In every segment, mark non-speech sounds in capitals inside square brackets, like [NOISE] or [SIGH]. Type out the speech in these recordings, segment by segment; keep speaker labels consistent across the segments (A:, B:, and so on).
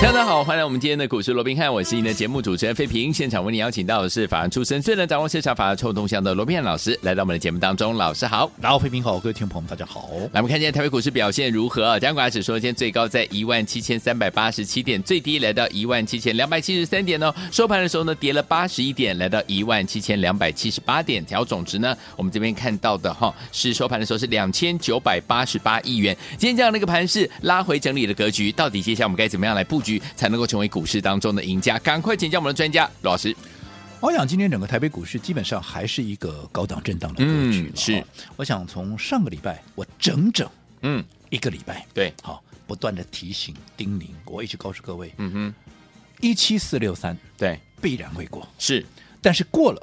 A: 大家好，欢迎来我们今天的股市罗宾汉，我是您的节目主持人费平。现场为您邀请到的是法案出身、最能掌握市场法案臭动向的罗宾汉老师，来到我们的节目当中。老师好，
B: 然后，飞平好，各位听众朋友们，大
A: [LAUGHS]
B: 家好。
A: 来我们看今天台北股市表现如何啊？加权指数今天最高在一万七千三百八十七点，最低来到一万七千两百七十三点哦。收盘的时候呢，跌了八十一点，来到一万七千两百七十八点。调总值呢，我们这边看到的哈，是收盘的时候是两千九百八十八亿元。今天这样的一个盘势，拉回整理的格局，到底接下来我们该怎么样来布局，才能够成为股市当中的赢家？赶快请教我们的专家罗老师。
B: 我想今天整个台北股市基本上还是一个高档震荡的格局了
A: 嗯是
B: 哦我想从上个礼拜，我整整
A: 嗯，
B: 一个礼拜，
A: 对，
B: 好，不断的提醒、叮咛，我一直告诉各位，
A: 嗯哼，
B: 一七四六三
A: 对，
B: 必然会过，
A: 是，
B: 但是过了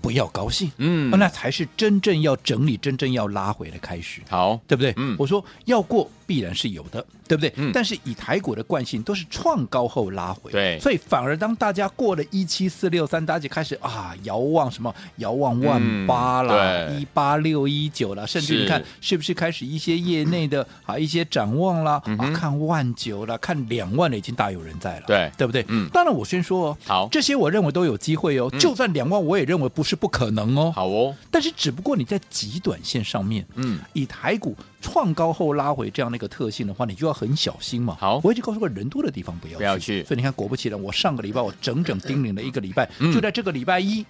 B: 不要高兴，
A: 嗯
B: 哦那才是真正要整理、真正要拉回的开始。
A: 好，
B: 对不对？
A: 嗯
B: 我说要过必然是有的，对不对？
A: 嗯
B: 但是以台股的惯性都是创高后拉回，
A: 对
B: 所以反而当大家过了一七四六三，大家就开始啊遥望什么遥望万八啦，
A: 嗯对
B: 一八六一九啦，甚至
A: 是
B: 你看是不是开始一些业内的啊一些展望啦，
A: 嗯
B: 啊看万九啦，看两万的已经大有人在了，
A: 对
B: 对不对？
A: 嗯
B: 当然我先说哦，
A: 好嗯
B: 这些我认为都有机会哦，就算两万我也认为不是不可能哦，
A: 好哦，
B: 但是只不过你在极短线上面，
A: 嗯，
B: 以台股创高后拉回这样的一个特性的话，你就要很小心嘛。
A: 好
B: 我已经告诉过人多的地方不要去。
A: 不要去
B: 所以你看，果不其然，我上个礼拜我整整叮咛了一个礼拜，
A: 嗯
B: 就在这个礼拜一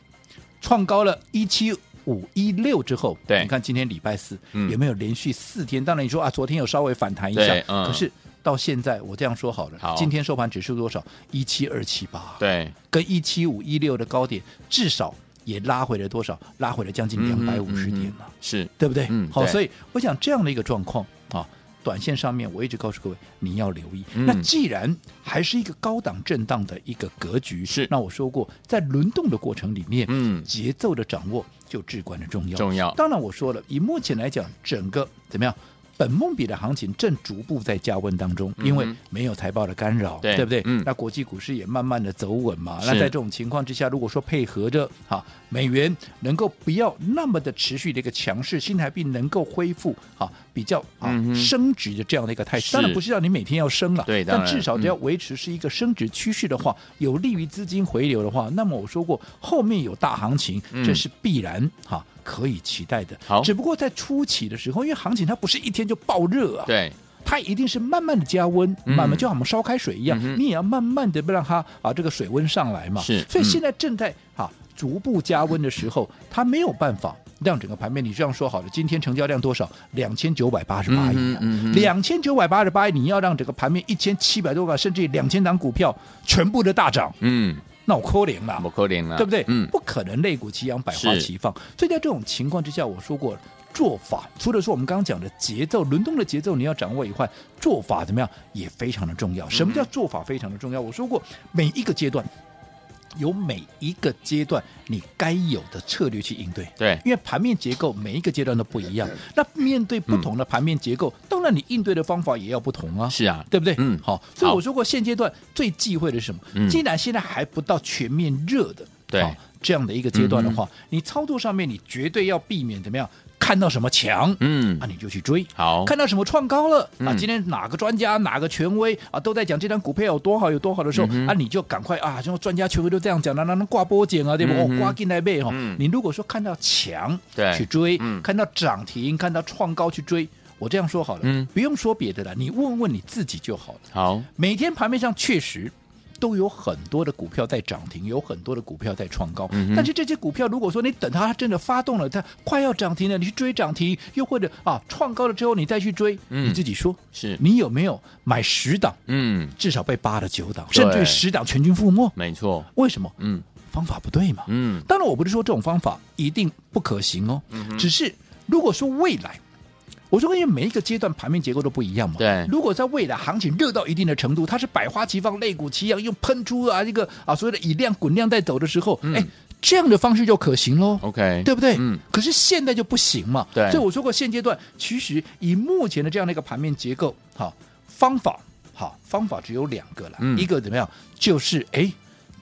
B: 创高了一七。五一六之后，
A: 对
B: 你看今天礼拜四、
A: 嗯
B: 有没有连续四天？当然你说啊，昨天有稍微反弹一下
A: 对，嗯
B: 可是到现在我这样说好了，
A: 好
B: 今天收盘指数多少？一七二七八，
A: 对，
B: 跟一七五一六的高点，至少也拉回了多少？拉回了将
A: 嗯
B: 近两百五十点了，
A: 是，
B: 对不对？
A: 嗯
B: 好，
A: 对
B: 所以我想这样的一个状况啊，短线上面我一直告诉各位你要留意。
A: 嗯
B: 那既然还是一个高档震荡的一个格局，
A: 是
B: 那我说过，在轮动的过程里面，
A: 嗯
B: 节奏的掌握就至关的重要。
A: 重要
B: 当然我说了，以目前来讲，整个怎么样？本梦比的行情正逐步在加温当中，因为
A: 嗯哼
B: 没有财报的干扰，
A: 对
B: 不对？
A: 嗯
B: 那国际股市也慢慢的走稳嘛。
A: 是
B: 那在这种情况之下，如果说配合着哈、美元能够不要那么的持续的一个强势，新台币能够恢复哈、比较啊、
A: 嗯哼
B: 升值的这样的一个态势，
A: 是
B: 当然不是让你每天要升了，
A: 对当
B: 但
A: 然
B: 至少
A: 嗯
B: 只要维持是一个升值趋势的话，有利于资金回流的话，那么我说过后面有大行情，
A: 嗯
B: 这是必然哈、可以期待的。
A: 好
B: 只不过在初期的时候，因为行情它不是一天就爆热啊，
A: 对，
B: 它一定是慢慢的加温，
A: 嗯
B: 慢慢就像我们烧开水一样，
A: 嗯哼
B: 你也要慢慢的让它啊这个水温上来嘛。
A: 是
B: 所以
A: 嗯
B: 现在正在啊逐步加温的时候，它没有办法让整个盘面，你这样说好了，今天成交量多少？两千九百八十八亿
A: 嗯哼
B: 啊
A: 嗯哼，
B: 两千九百八十八亿，你要让整个盘面一千七百多个，甚至两千档股票全部的大涨，
A: 嗯，
B: 那我扣零了。
A: 不可能了，
B: 对不对？
A: 嗯，
B: 不可能肋骨齐扬，百花
A: 是
B: 齐放。所以在这种情况之下，我说过了做法，除了说我们刚刚讲的节奏、轮动的节奏你要掌握以外，做法怎么样也非常的重
A: 嗯
B: 要。什么叫做法非常的重要？我说过，每一个阶段有每一个阶段你该有的策略去应对。
A: 对，
B: 因为盘面结构每一个阶段都不一样，那面对不
A: 嗯
B: 同的盘面结构，当然你应对的方法也要不同啊。
A: 是啊，
B: 对不对？
A: 嗯
B: 好，所以
A: 好
B: 我说过，现阶段最忌讳的是什么？
A: 嗯
B: 既然现在还不到全面热的，
A: 对嗯
B: 好这样的一个阶段的话，你操作上面你绝对要避免怎么样？看到什么强，
A: 嗯
B: 那、，你就去追。
A: 好，
B: 看到什么创高了啊
A: 嗯？
B: 今天哪个专家、哪个权威啊都在讲这张股票有多好、有多好的时候，
A: 嗯哼
B: 啊，你就赶快啊，像专家权威都这样讲，那那那挂波减啊，对不？
A: 嗯
B: 哦
A: 哼，
B: 挂进来呗哈
A: 嗯。
B: 你如果说看到强
A: 对
B: 去追
A: 嗯，
B: 看到涨停、看到创高去追，我这样说好了
A: 嗯，
B: 不用说别的了，你问问你自己就好了。
A: 好，
B: 每天盘面上确实都有很多的股票在涨停，有很多的股票在创高。
A: 嗯哼
B: 但是这些股票，如果说你等它真的发动了，它快要涨停了，你去追涨停，又或者啊创高了之后你再去追，
A: 嗯
B: 你自己说，
A: 是，
B: 你有没有买十档，
A: 嗯，
B: 至少被八了九档，
A: 对
B: 甚至于十档全军覆没？
A: 没错，
B: 为什么？
A: 嗯
B: 方法不对嘛。
A: 嗯，
B: 当然，我不是说这种方法一定不可行哦，只是如果说未来，我说因为每一个阶段盘面结构都不一样嘛，
A: 对
B: 如果在未来行情热到一定的程度，它是百花齐放、肋骨齐扬，用喷出啊这个啊所谓的以量滚量在走的时候，哎、这样的方式就可行喽。
A: OK，
B: 对不对？
A: 嗯，
B: 可是现在就不行嘛。
A: 对
B: 所以我说过，现阶段其实以目前的这样的一个盘面结构，好方法，好方法只有两个了。
A: 嗯
B: 一个怎么样？就是哎。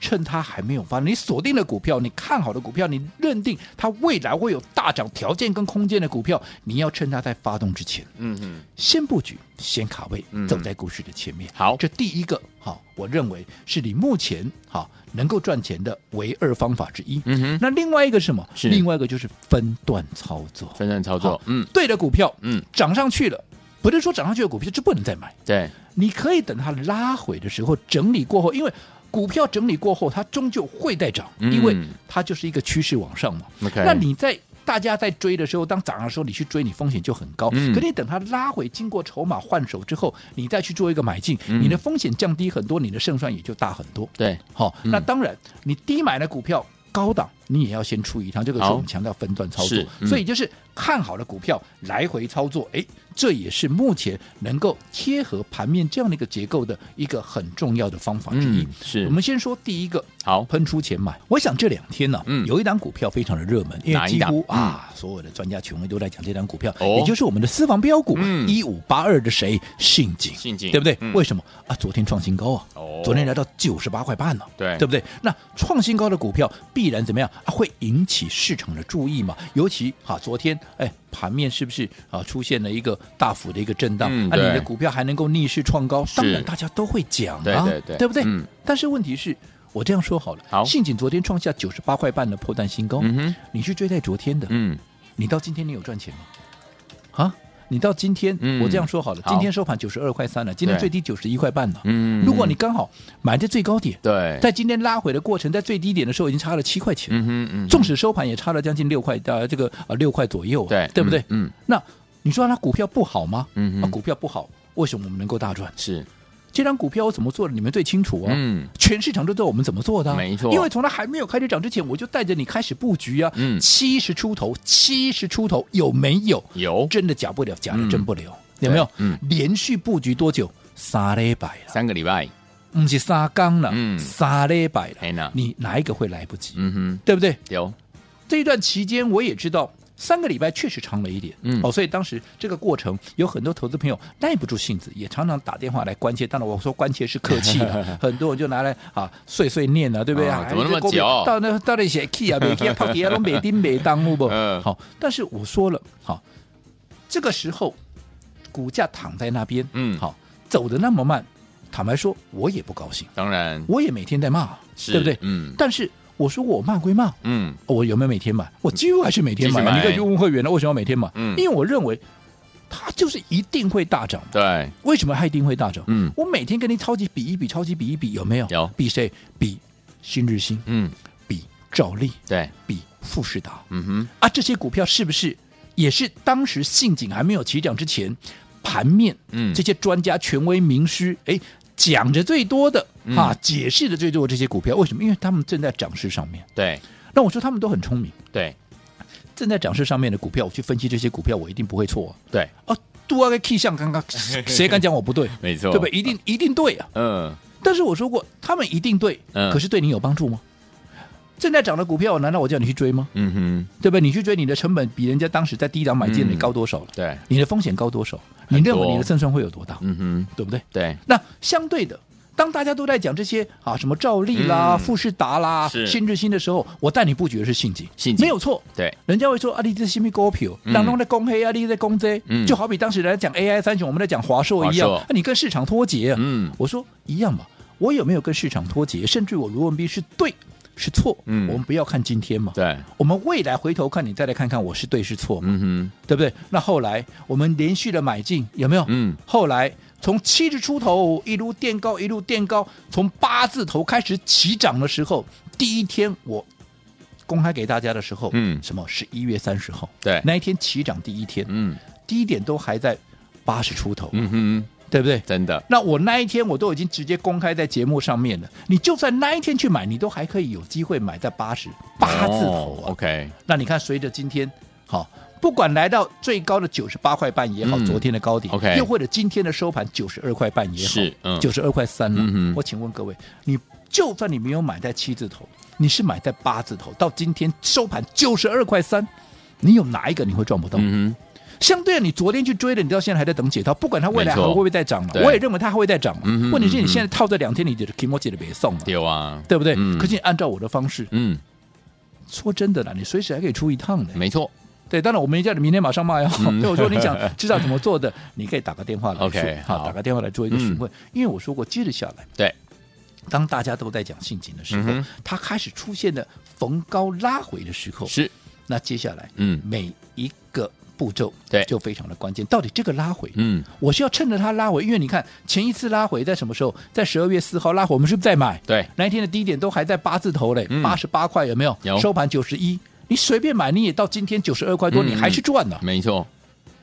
B: 趁它还没有发，你锁定的股票，你看好的股票，你认定它未来会有大涨条件跟空间的股票，你要趁它在发动之前，
A: 嗯嗯，
B: 先布局，先卡位
A: 嗯，
B: 走在股市的前面。
A: 好
B: 这第一个好，我认为是你目前好能够赚钱的唯二方法之一。
A: 嗯哼，
B: 那另外一个是什么？
A: 是
B: 另外一个就是分段操作。
A: 分散操作
B: 好，
A: 嗯，
B: 对的股票，
A: 嗯，
B: 涨上去了，不是说涨上去的股票就不能再买，
A: 对，
B: 你可以等它拉回的时候，整理过后，因为股票整理过后，它终究会再涨，
A: 嗯
B: 因为它就是一个趋势往上嘛。
A: OK
B: 那你在大家在追的时候，当涨的时候，你去追，你风险就很高。
A: 嗯
B: 可你等它拉回，经过筹码换手之后，你再去做一个买进，
A: 嗯
B: 你的风险降低很多，你的胜算也就大很多。
A: 对，
B: 好、
A: 嗯
B: 那当然，你低买的股票高档，你也要先出一趟。这个是
A: 好
B: 我们强调分段操作
A: 是，嗯
B: 所以就是看好的股票来回操作，哎，这也是目前能够贴合盘面这样的一个结构的一个很重要的方法之一。
A: 嗯，是
B: 我，们先说第一个，
A: 好
B: 喷出钱买。我想这两天呢、
A: 嗯
B: 有一档股票非常的热门，因
A: 哪
B: 为
A: 一
B: 几
A: 档嗯
B: 乎啊，所有的专家权威都在讲这档股票，
A: 哦
B: 也就是我们的私房标股
A: 嗯
B: 一五八二的谁信锦，
A: 信锦
B: 对不对？
A: 嗯
B: 为什么啊？昨天创新高啊，
A: 哦
B: 昨天来到九十八块半呢、
A: 对
B: 对不对？那创新高的股票必然怎么样啊？会引起市场的注意嘛？尤其哈、昨天哎，盘面是不是啊出现了一个大幅的一个震荡？
A: 嗯
B: 啊，你
A: 对
B: 的股票还能够逆势创高，当然
A: 是
B: 大家都会讲啊，
A: 对对对
B: 对不对？
A: 嗯
B: 但是问题是。我这样说好了，
A: 好
B: 信锦昨天创下九十八块半的破蛋新高，
A: 嗯哼
B: 你去追在昨天的，
A: 嗯，
B: 你到今天你有赚钱吗？啊，你到今天，
A: 嗯
B: 我这样说好了，
A: 好
B: 今天收盘九十二块三了，今天
A: 对
B: 最低九十一块半了。
A: 嗯
B: 如果你刚好买在最高点，
A: 对，
B: 在今天拉回的过程，在最低点的时候已经差了七块钱，
A: 嗯哼嗯哼，
B: 纵使收盘也差了将近六块，呃，这个呃六块左右啊，
A: 对
B: 对不
A: 嗯
B: 对？
A: 嗯，
B: 那你说它股票不好吗？
A: 嗯哼
B: 啊股票不好，为什么我们能够大赚？
A: 是，
B: 这张股票我怎么做的，你们最清楚啊。
A: 嗯，
B: 全市场都知道我们怎么做的啊、
A: 没错
B: 因为从它还没有开始涨之前，我就带着你开始布局啊。
A: 嗯
B: 七十出头，七十出头有没有？
A: 有
B: 真的假不了，假的
A: 嗯
B: 真不了，有没有？
A: 嗯
B: 连续布局多久？三礼拜了，
A: 三个礼拜，
B: 不是三缸了，
A: 嗯
B: 三礼拜
A: 嘿
B: 了，
A: 呐，
B: 你哪一个会来不及？
A: 嗯哼，
B: 对不对？
A: 有，
B: 这一段期间我也知道。三个礼拜确实长了一点，
A: 嗯
B: 哦，所以当时这个过程有很多投资朋友耐不住性子，也常常打电话来关切。当然，我说关切是客
A: [LAUGHS]
B: 气的，很多人就拿来啊碎碎念啊，对不对？
A: 啊
B: 哎
A: 怎么那么
B: 这股票
A: 久
B: 到那到那些 key 啊，每天跑底啊，都每丁每
A: [LAUGHS]
B: 当不
A: 嗯？
B: 好，但是我说了，好，这个时候股价躺在那边，
A: 嗯
B: 好，走的那么慢，坦白说，我也不高兴，
A: 当然
B: 我也每天在骂，
A: 是，
B: 对不对？
A: 嗯
B: 但是我说我骂归骂，
A: 嗯，
B: 哦我有没有每天买？我几乎还是每天买
A: 继续
B: 啊。
A: 买
B: 你可以去问会员了，为什么要每天买？
A: 嗯
B: 因为我认为它就是一定会大涨。
A: 对，
B: 为什么它一定会大涨？
A: 嗯
B: 我每天跟你超级比一比，超级比一比，有没有？
A: 有
B: 比谁？比新日新，
A: 嗯
B: 比兆利，
A: 对，
B: 比富士达
A: 嗯哼，
B: 啊，这些股票是不是也是当时信景还没有起涨之前，盘面
A: 嗯
B: 这些专家、权威、名师，哎。讲着最多的
A: 嗯
B: 啊，解释的最多的这些股票，为什么？因为他们正在涨势上面。
A: 对
B: 那我说他们都很聪明，
A: 对
B: 正在涨势上面的股票，我去分析这些股票，我一定不会错、
A: 对，
B: 啊。哦，多啊个 K 项刚刚， [LAUGHS] 谁敢讲我不对？
A: 没错，
B: 对不对？？一定一定对啊！
A: 嗯，
B: 但是我说过，他们一定对，
A: 嗯
B: 可是对你有帮助吗？正在涨的股票，难道我叫你去追吗？
A: 嗯哼，
B: 对不对？你去追，你的成本比人家当时在低档买进的
A: 嗯
B: 高多少了？
A: 对，
B: 你的风险高多少？
A: 多
B: 你认为你的胜算会有多大？
A: 嗯哼，
B: 对不对？
A: 对，
B: 那相对的，当大家都在讲这些啊，什么兆利啦、
A: 嗯
B: 富士达啦、
A: 是
B: 新日新的时候，我带你布局的是信锦，
A: 信锦
B: 没有错，
A: 对，
B: 人家会说啊，你这是咪股票？
A: 嗯
B: 当中在攻黑啊，你在攻 Z，、
A: 嗯
B: 就好比当时人家讲 AI 三雄，我们在讲华硕一样，
A: 华硕
B: 啊、你跟市场脱节、
A: 嗯
B: 我说一样嘛，我有没有跟市场脱节？甚至我卢文斌是对是错，
A: 嗯
B: 我们不要看今天嘛，
A: 对，
B: 我们未来回头看，你再来看看我是对是错嘛，
A: 嗯
B: 对不对？那后来我们连续的买进有没有？
A: 嗯
B: 后来从七十出头一路垫高，一路垫高，从八字头开始起涨的时候，第一天我公开给大家的时候，
A: 嗯
B: 什么十一月三十号，
A: 对
B: 那一天起涨第一天，
A: 哼，嗯
B: 低点都还在八十出头，
A: 嗯哼，
B: 对不对？
A: 真的，
B: 那我那一天我都已经直接公开在节目上面了，你就算那一天去买，你都还可以有机会买在八十八字头啊。
A: ，OK，
B: 那你看，随着今天好不管来到最高的九十八块半也好，
A: 嗯
B: 昨天的高点
A: OK
B: 又或者今天的收盘九十二块半也
A: 是
B: 好
A: 嗯，
B: 九十二块三了、
A: 嗯哼
B: 我请问各位，你就算你没有买在七字头，你是买在八字头，到今天收盘九十二块三，你有哪一个你会赚不到？
A: 嗯哼，
B: 相对的，啊你昨天去追的，你到现在还在等解套，不管它未
A: 没
B: 来还
A: 错
B: 会不会再涨了
A: 对，
B: 我也认为它还会再涨嘛。
A: 嗯哼
B: 问题是
A: 嗯
B: 你
A: 哼
B: 现在套这两天，你就是 Kimoji 的别送嘛，
A: 有啊，
B: 对不对？
A: 嗯
B: 可是你按照我的方式，
A: 嗯，
B: 说真的啦，你随时还可以出一趟的。
A: 没错，
B: 对，当然我们叫你明天马上卖哦。 [LAUGHS] 所以我说你
A: [LAUGHS]
B: 想知道怎么做的，你可以打个电话来
A: 嗯 OK，
B: 好，
A: 好嗯
B: 打个电话来做一个询问，因为我说过，接着下来，
A: 对，
B: 当大家都在讲陷阱的时候
A: 嗯哼，
B: 它开始出现了逢高拉回的时候，
A: 是，
B: 那接下来
A: 嗯
B: 每一个步骤
A: 对
B: 就非常的关键，到底这个拉回，
A: 嗯，
B: 我是要趁着它拉回，因为你看前一次拉回在什么时候？在十二月四号拉回，我们是不是在买？
A: 对，
B: 那一天的低点都还在八字头嘞
A: 嗯，
B: 八十八块有没有？
A: 有
B: 收盘九十一，你随便买你也到今天九十二块多，
A: 嗯
B: 你还是赚的、
A: 没错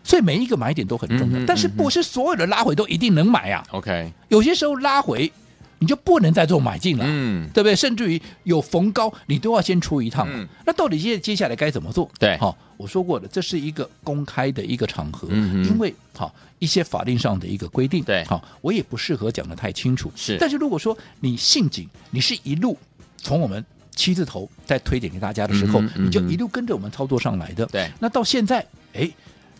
B: 所以每一个买点都很重要，
A: 嗯哼
B: 但是不是所有的拉回都一定能买啊？
A: ，OK，
B: 有些时候拉回你就不能再做买进了。
A: 嗯，
B: 对不对？甚至于有逢高，你都要先出一趟嘛。
A: 嗯
B: 那到底接接下来该怎么做？
A: 对
B: 好、我说过了，这是一个公开的一个场合，
A: 嗯哼
B: 因为好、一些法令上的一个规定，
A: 对
B: 好、我也不适合讲的太清楚。
A: 是
B: 但是如果说你信警，你是一路从我们。七字头在推荐给大家的时候，
A: 嗯哼嗯哼
B: 你就一路跟着我们操作上来的。
A: 对
B: 那到现在，哎，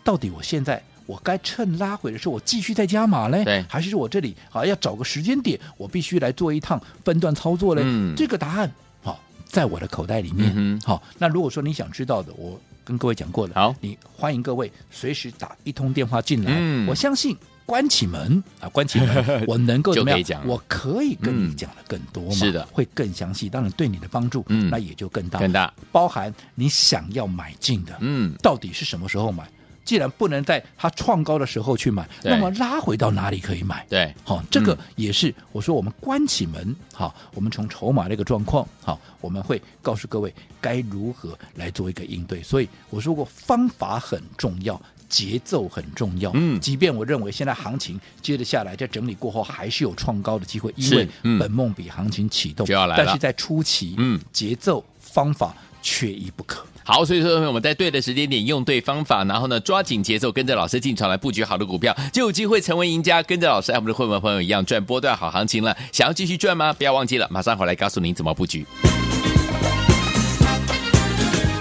B: 到底我现在我该趁拉回的时候，我继续再加码嘞？
A: 对
B: 还是我这里啊要找个时间点，我必须来做一趟分段操作嘞？
A: 嗯
B: 这个答案好、在我的口袋里面。
A: 嗯
B: 好、那如果说你想知道的，我跟各位讲过了，
A: 好
B: 你欢迎各位随时打一通电话进来，
A: 嗯
B: 我相信。关起门啊，关起
A: [LAUGHS]
B: 门，我能够
A: 就
B: 怎么
A: 可以
B: 样？
A: 讲了
B: 我可以跟你
A: 嗯
B: 讲的更多嘛？
A: 是的
B: 会更详细，当然对你的帮助，
A: 嗯
B: 那也就更大。
A: 更大，
B: 包含你想要买进的，
A: 嗯，
B: 到底是什么时候买？既然不能在它创高的时候去买，
A: 对
B: 那么拉回到哪里可以买？
A: 对，
B: 好、这个
A: 嗯
B: 也是我说我们关起门，好，我们从筹码这个状况，好，我们会告诉各位该如何来做一个应对。所以我说过，方法很重要，节奏很重要。
A: 嗯
B: 即便我认为现在行情接着下来，在整理过后还是有创高的机会，因
A: 是
B: 为
A: 嗯
B: 本梦比行情启动，
A: 就要来了
B: 但是在初期，
A: 嗯，
B: 节奏方法缺一不可。
A: 好，所以说我们在对的时间点用对方法，然后呢抓紧节奏，跟着老师进场来布局好的股票，就有机会成为赢家。跟着老师，和我们的会员朋友一样赚波段好行情了。想要继续赚吗？不要忘记了，马上回来告诉您怎么布局。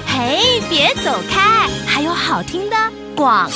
C: 嘿，别走开，还有好听的广。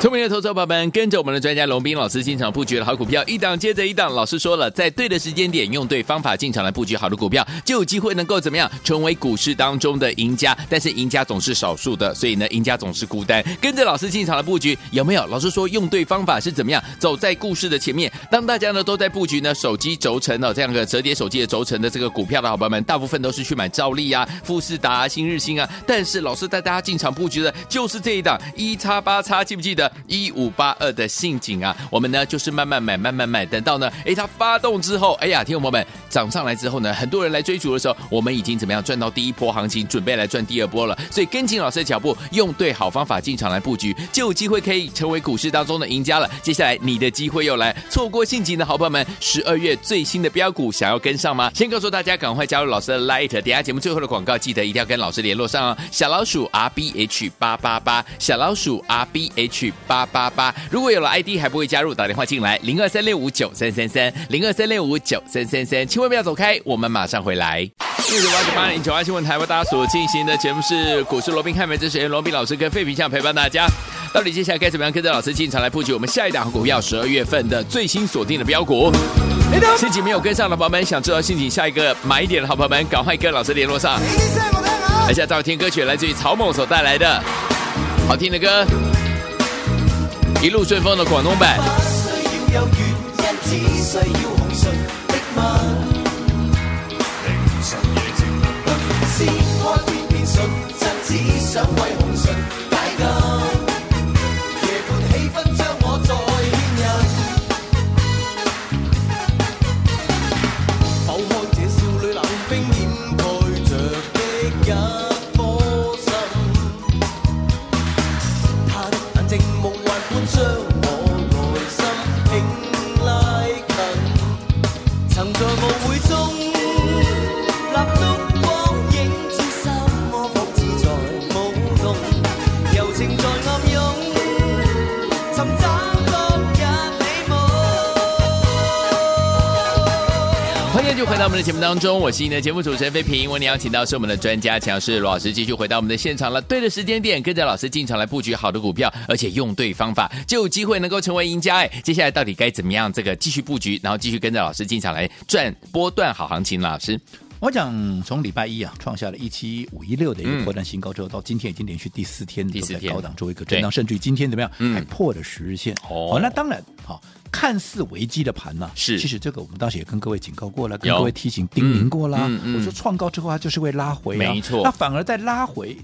A: 聪明的投资者朋友们，跟着我们的专家龙斌老师进场布局了好股票，一档接着一档。老师说了，在对的时间点，用对方法进场来布局好的股票，就有机会能够怎么样，成为股市当中的赢家。但是赢家总是少数的，所以呢，赢家总是孤单。跟着老师进场来布局，有没有？老师说用对方法是怎么样，走在故事的前面。当大家呢都在布局呢手机轴承哦这样的折叠手机的轴承的这个股票的好朋友们，大部分都是去买兆利啊、富士达、啊、新日新啊，但是老师带大家进场布局的就是这一档一叉八叉，记不记得一五八二的信景啊？我们呢就是慢慢买，慢慢买，等到呢，哎，它发动之后，哎呀，听众朋友们涨上来之后呢，很多人来追逐的时候，我们已经怎么样赚到第一波行情，准备来赚第二波了。所以跟紧老师的脚步，用对好方法进场来布局，就有机会可以成为股市当中的赢家了。接下来你的机会又来，错过信景的好朋友们，十二月最新的标股想要跟上吗？先告诉大家，赶快加入老师的 Light，等一下节目最后的广告，记得一定要跟老师联络上哦。小老鼠 R B H 八八八，小老鼠 R B H 八八八。如果有了 ID 还不会加入，打电话进来零二三六五九三三三零二三六五九三三三，千万不要走开，我们马上回来。六九八九八零九二新闻台为大家所进行的节目是股市罗宾汉美之学，罗宾老师跟费平相陪伴大家。到底接下来该怎么样跟着老师进场来布局我们下一档股票十二月份的最新锁定的标股？心情没有跟上的宝宝们，想知道心情下一个买点的好朋友们，赶快跟老师联络上。来，下到听歌曲来自于曹猛所带来的好听的歌，一路顺风的广东版。
D: 不需要有原因，只需要紅唇的吻。不撕開偏偏信真，只想為紅唇解禁。夜半氣氛將我再牽引。剖開這少女冷冰掩蓋着的一顆心。他的眼睛夢幻般將我內心拼拉近，曾在舞會中蠟燭光影之心，我仿似在舞動，柔情在
A: 续回到我们的节目当中，我是你的节目主持人飞平。我们邀请到是我们的专家强势罗老师，继续回到我们的现场了。对的时间点，跟着老师进场来布局好的股票，而且用对方法，就有机会能够成为赢家。哎，接下来到底该怎么样这个继续布局，然后继续跟着老师进场来赚波段好行情呢？老师，
B: 我讲从礼拜一啊创下了一七五一六的一
A: 嗯
B: 个波段新高之后，到今天已经连续第四天
A: 第
B: 都
A: 四
B: 在
A: 天
B: 高档做一个
A: 对
B: 震荡，甚至于今天怎么样、
A: 嗯
B: 还破了十日线。
A: 哦
B: 好，那当然好。看似危机的盘呢、
A: 是
B: 其实这个我们当时也跟各位警告过了，跟
A: 有
B: 各位提醒叮咛过啦。
A: 嗯嗯嗯
B: 我说创高之后它就是会拉回、啊，
A: 没错
B: 那反而在拉回，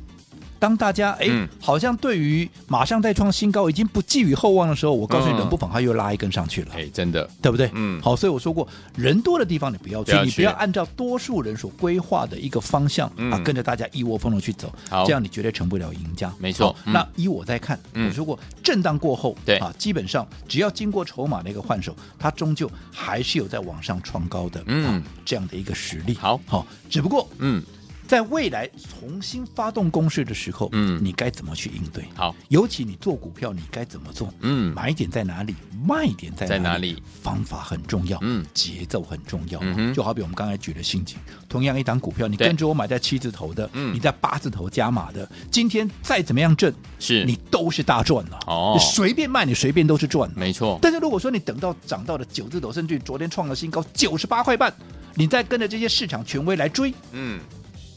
B: 当大家哎、
A: 嗯
B: 好像对于马上再创新高已经不寄予厚望的时候，我告诉你，
A: 嗯
B: 冷不防它又拉一根上去了。
A: 哎，真的，
B: 对不对？
A: 嗯
B: 好，所以我说过，人多的地方你不要去，
A: 不要去
B: 你不要按照多数人所规划的一个方向、
A: 嗯
B: 啊，跟着大家一窝蜂的去走
A: 好，
B: 这样你绝对成不了赢家。
A: 没错
B: 好
A: 嗯
B: 那依我在看，
A: 嗯
B: 我说过，震荡过后，
A: 对
B: 啊，基本上只要经过筹码的一个换手，它终究还是有在往上创高的，
A: 嗯
B: 啊这样的一个实力。
A: 好
B: 好，只不过
A: 嗯，
B: 在未来重新发动攻势的时候，
A: 嗯
B: 你该怎么去应对？
A: 好，
B: 尤其你做股票，你该怎么做？
A: 嗯
B: 买点在哪里？卖点在
A: 在哪
B: 里
A: 里？
B: 方法很重要，
A: 嗯
B: 节奏很重要。
A: 嗯哼
B: 就好比我们刚才举的陷阱，同样一档股票，你
A: 对
B: 跟着我买在七字头的，
A: 嗯
B: 你在八字头加码的，今天再怎么样挣，
A: 是
B: 你都是大赚了。
A: 哦
B: 你随便卖你随便都是赚的。
A: 没错，
B: 但是如果说你等到涨到了九字头，甚至于昨天创了新高九十八块半，你再跟着这些市场权威来追，
A: 嗯，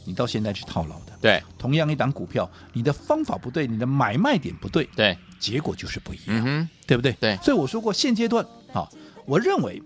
B: 你到现在是套牢的。
A: 对
B: 同样一档股票，你的方法不对，你的买卖点不对，
A: 对，
B: 结果就是不一样，
A: 嗯哼，
B: 对不对？
A: 对
B: 所以我说过，现阶段啊，我认为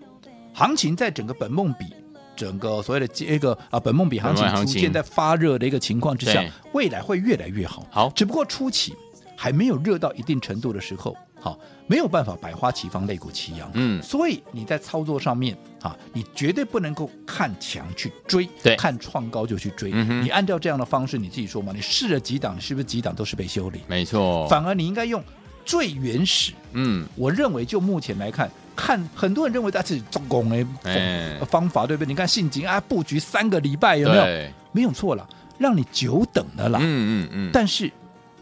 B: 行情在整个本梦比。整个所谓的这个啊，本梦比行
A: 本梦行
B: 情逐
A: 情
B: 渐在发热的一个情况之下
A: 对，
B: 未来会越来越好。
A: 好
B: 只不过初期还没有热到一定程度的时候，好，没有办法百花齐放，肋骨齐扬。
A: 嗯
B: 所以你在操作上面啊，你绝对不能够看强去追，
A: 对
B: 看创高就去追。
A: 嗯哼
B: 你按照这样的方式，你自己说嘛，你试了几档，你是不是几档都是被修理？
A: 没错，
B: 反而你应该用最原始。
A: 嗯，
B: 我认为就目前来看，看很多人认为它是中共的
A: 哎
B: 方方法，对不对？你看信金啊，布局三个礼拜有没有？
A: 对，
B: 没有错了，让你久等了啦。
A: 嗯嗯嗯，
B: 但是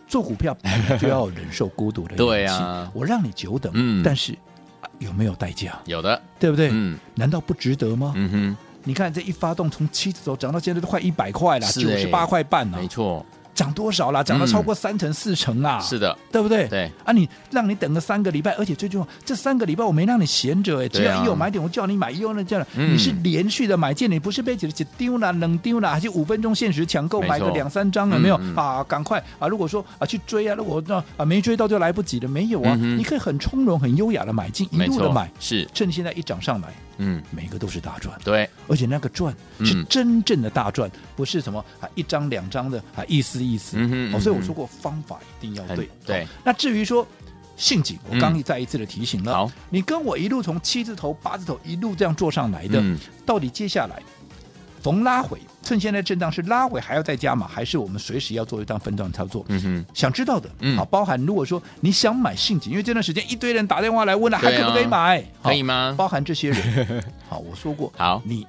B: 做股票 [LAUGHS] 本来就要忍受孤独的
A: 对
B: 勇气
A: 啊
B: 我让你久等，
A: 嗯
B: 但是、啊有没有代价？
A: 有的，
B: 对不对？
A: 嗯
B: 难道不值得吗？
A: 嗯哼，
B: 你看这一发动，从七字头涨到现在都快一百块了，
A: 是
B: 九
A: 欸
B: 十八块半了
A: 没，错，
B: 涨多少啦？涨了
A: 嗯
B: 超过三成、四成啦，
A: 是的，
B: 对不对？
A: 对
B: 啊，你让你等个三个礼拜，而且最重要，这三个礼拜我没让你闲着哎，只
A: 对啊
B: 要一有买点，我叫你买，一有那叫你，
A: 嗯
B: 你是连续的买进，你不是被几几丢了、冷丢了，还是五分钟限时抢购
A: 没错
B: 买个两三张有没有
A: 嗯嗯
B: 啊？赶快啊！如果说啊去追啊，如果那啊没追到就来不及了，没有啊
A: 嗯，哼
B: 你可以很从容、很优雅的买进，一
A: 没
B: 路
A: 错
B: 的买，
A: 是，
B: 趁现在一涨上来，
A: 嗯，
B: 每个都是大赚。
A: 对，
B: 而且那个赚
A: 嗯
B: 是真正的大赚，不是什么啊一张两张的啊意思意思。
A: 嗯哼嗯哼
B: 哦，所以我说过方法一定要对
A: 很。对
B: 好那至于说陷阱，我刚
A: 嗯
B: 再一次的提醒了，
A: 好
B: 你跟我一路从七字头、八字头一路这样做上来的，
A: 嗯
B: 到底接下来逢拉回，趁现在震荡是拉回还要再加码，还是我们随时要做一档分段操作？
A: 嗯哼，
B: 想知道的，
A: 嗯
B: 好，包含如果说你想买陷阱，因为这段时间一堆人打电话来问了，
A: 对啊
B: 还可不可以买？好
A: 可以吗
B: 包含这些人，好，我说过，
A: 好
B: 你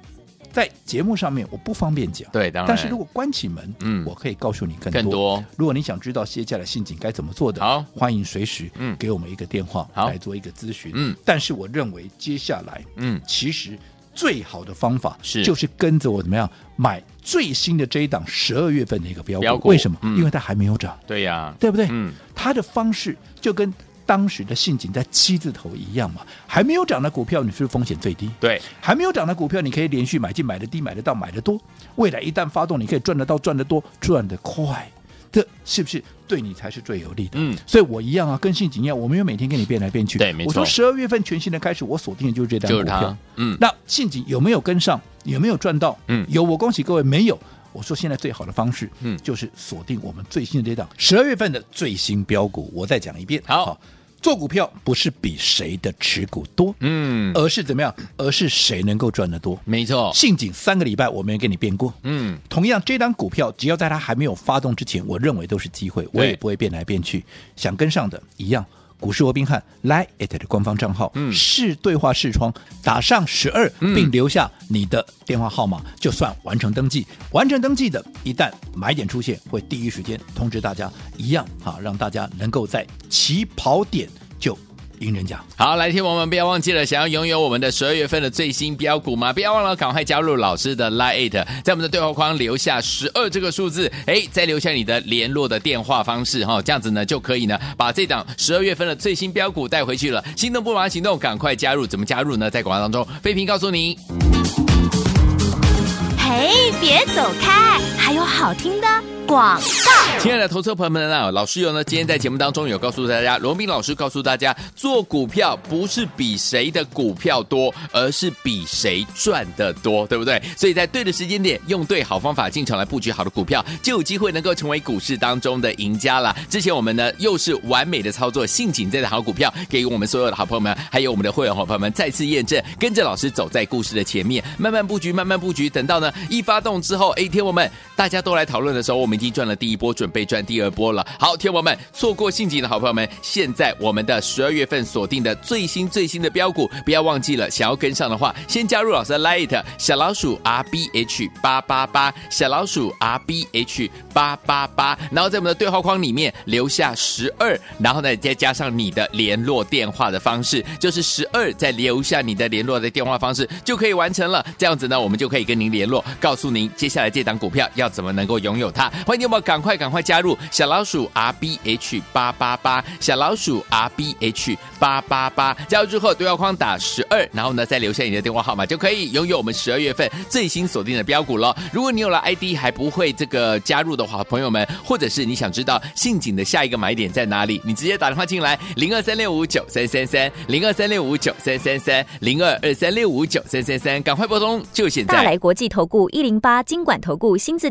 B: 在节目上面我不方便讲，
A: 对当然
B: 但是如果关起门，
A: 嗯
B: 我可以告诉你更多。
A: 更多
B: 如果你想知道接下来陷阱该怎么做的，
A: 好
B: 欢迎随时
A: 嗯
B: 给我们一个电话
A: 好
B: 来做一个咨询。
A: 嗯，
B: 但是我认为接下来，
A: 嗯
B: 其实最好的方法
A: 是
B: 就是跟着我怎么样买最新的这一档十二月份的一个标股。
A: 标股
B: 为什么？
A: 嗯
B: 因为它还没有涨，
A: 对呀，
B: 对不对？
A: 嗯，
B: 它的方式就跟当时的陷阱在七字头一样嘛，还没有涨的股票，你是不是风险最低？
A: 对，
B: 还没有涨的股票，你可以连续买进，买的低，买得到，买得多。未来一旦发动，你可以赚得到，赚得多，赚得快。这是不是对你才是最有利的？
A: 嗯
B: 所以我一样啊，跟信锦一样，我没有每天跟你变来变去。
A: 对没错
B: 我说十二月份全新的开始，我锁定的就是这档
A: 就是
B: 股
A: 它
B: 票。，
A: 嗯，
B: 那信锦有没有跟上？有没有赚到？
A: 嗯
B: 有。我恭喜各位，没有。我说现在最好的方式，
A: 嗯
B: 就是锁定我们最新的这档十二月份的最新标股。我再讲一遍，
A: 好
B: 做股票不是比谁的持股多，
A: 嗯，
B: 而是怎么样？而是谁能够赚得多。
A: 没错，
B: 信锦三个礼拜我没有跟你变过。
A: 嗯，
B: 同样，这档股票只要在它还没有发动之前，我认为都是机会，我也不会变来变去。想跟上的，一样。股市罗宾汉 Line at 的官方账号，
A: 嗯
B: 是对话视窗，打上十二，
A: 嗯
B: 并留下你的电话号码，就算完成登记。完成登记的，一旦买点出现，会第一时间通知大家，一样哈，让大家能够在起跑点就赢人家。
A: 好，来，听我们不要忘记了，想要拥有我们的十二月份的最新标股吗？不要忘了赶快加入老师的 Line，在我们的对话框留下十二这个数字，哎，再留下你的联络的电话方式哈、这样子呢就可以呢把这档十二月份的最新标股带回去了。心动不马上行动，赶快加入，怎么加入呢？在广告当中，飞平告诉你。
C: 嘿，别走开，还有好听的广告。
A: 亲爱的投资朋友们啊，老师有呢，今天在节目当中有告诉大家，罗斌老师告诉大家，做股票不是比谁的股票多，而是比谁赚的多，对不对？所以在对的时间点，用对好方法进场来布局好的股票，就有机会能够成为股市当中的赢家啦。之前我们呢，又是完美的操作，性紧这的好股票，给我们所有的好朋友们，还有我们的会员好朋友们再次验证，跟着老师走在故事的前面，慢慢布局，慢慢布局，等到呢一发动之后，哎，天我们大家都来讨论的时候，我们已经赚了第一波，准备赚第二波了。好，天我们错过陷阱的好朋友们，现在我们的十二月份锁定的最新最新的标股，不要忘记了，想要跟上的话，先加入老师的 Light 小老鼠 R B H 八八八，小老鼠 R B H 八八八，然后在我们的对话框里面留下十二，然后呢再加上你的联络电话的方式，就是十二，再留下你的联络的电话方式就可以完成了。这样子呢，我们就可以跟您联络，告诉您接下来这档股票要怎么能够拥有它。欢迎你们赶快赶快加入小老鼠 R B H 八八八，小老鼠 R B H 八八八，加入之后对话框打十二，然后呢再留下你的电话号码，就可以拥有我们十二月份最新锁定的标股了。如果你有了 ID 还不会这个加入的话，朋友们，或者是你想知道信锦的下一个买点在哪里，你直接打电话进来零二三六五九三三三零二三六五九三三三零二二三六五九三三三，赶快拨通，就现
E: 大
A: 在。
E: 来国际投顾一零八金管投顾新字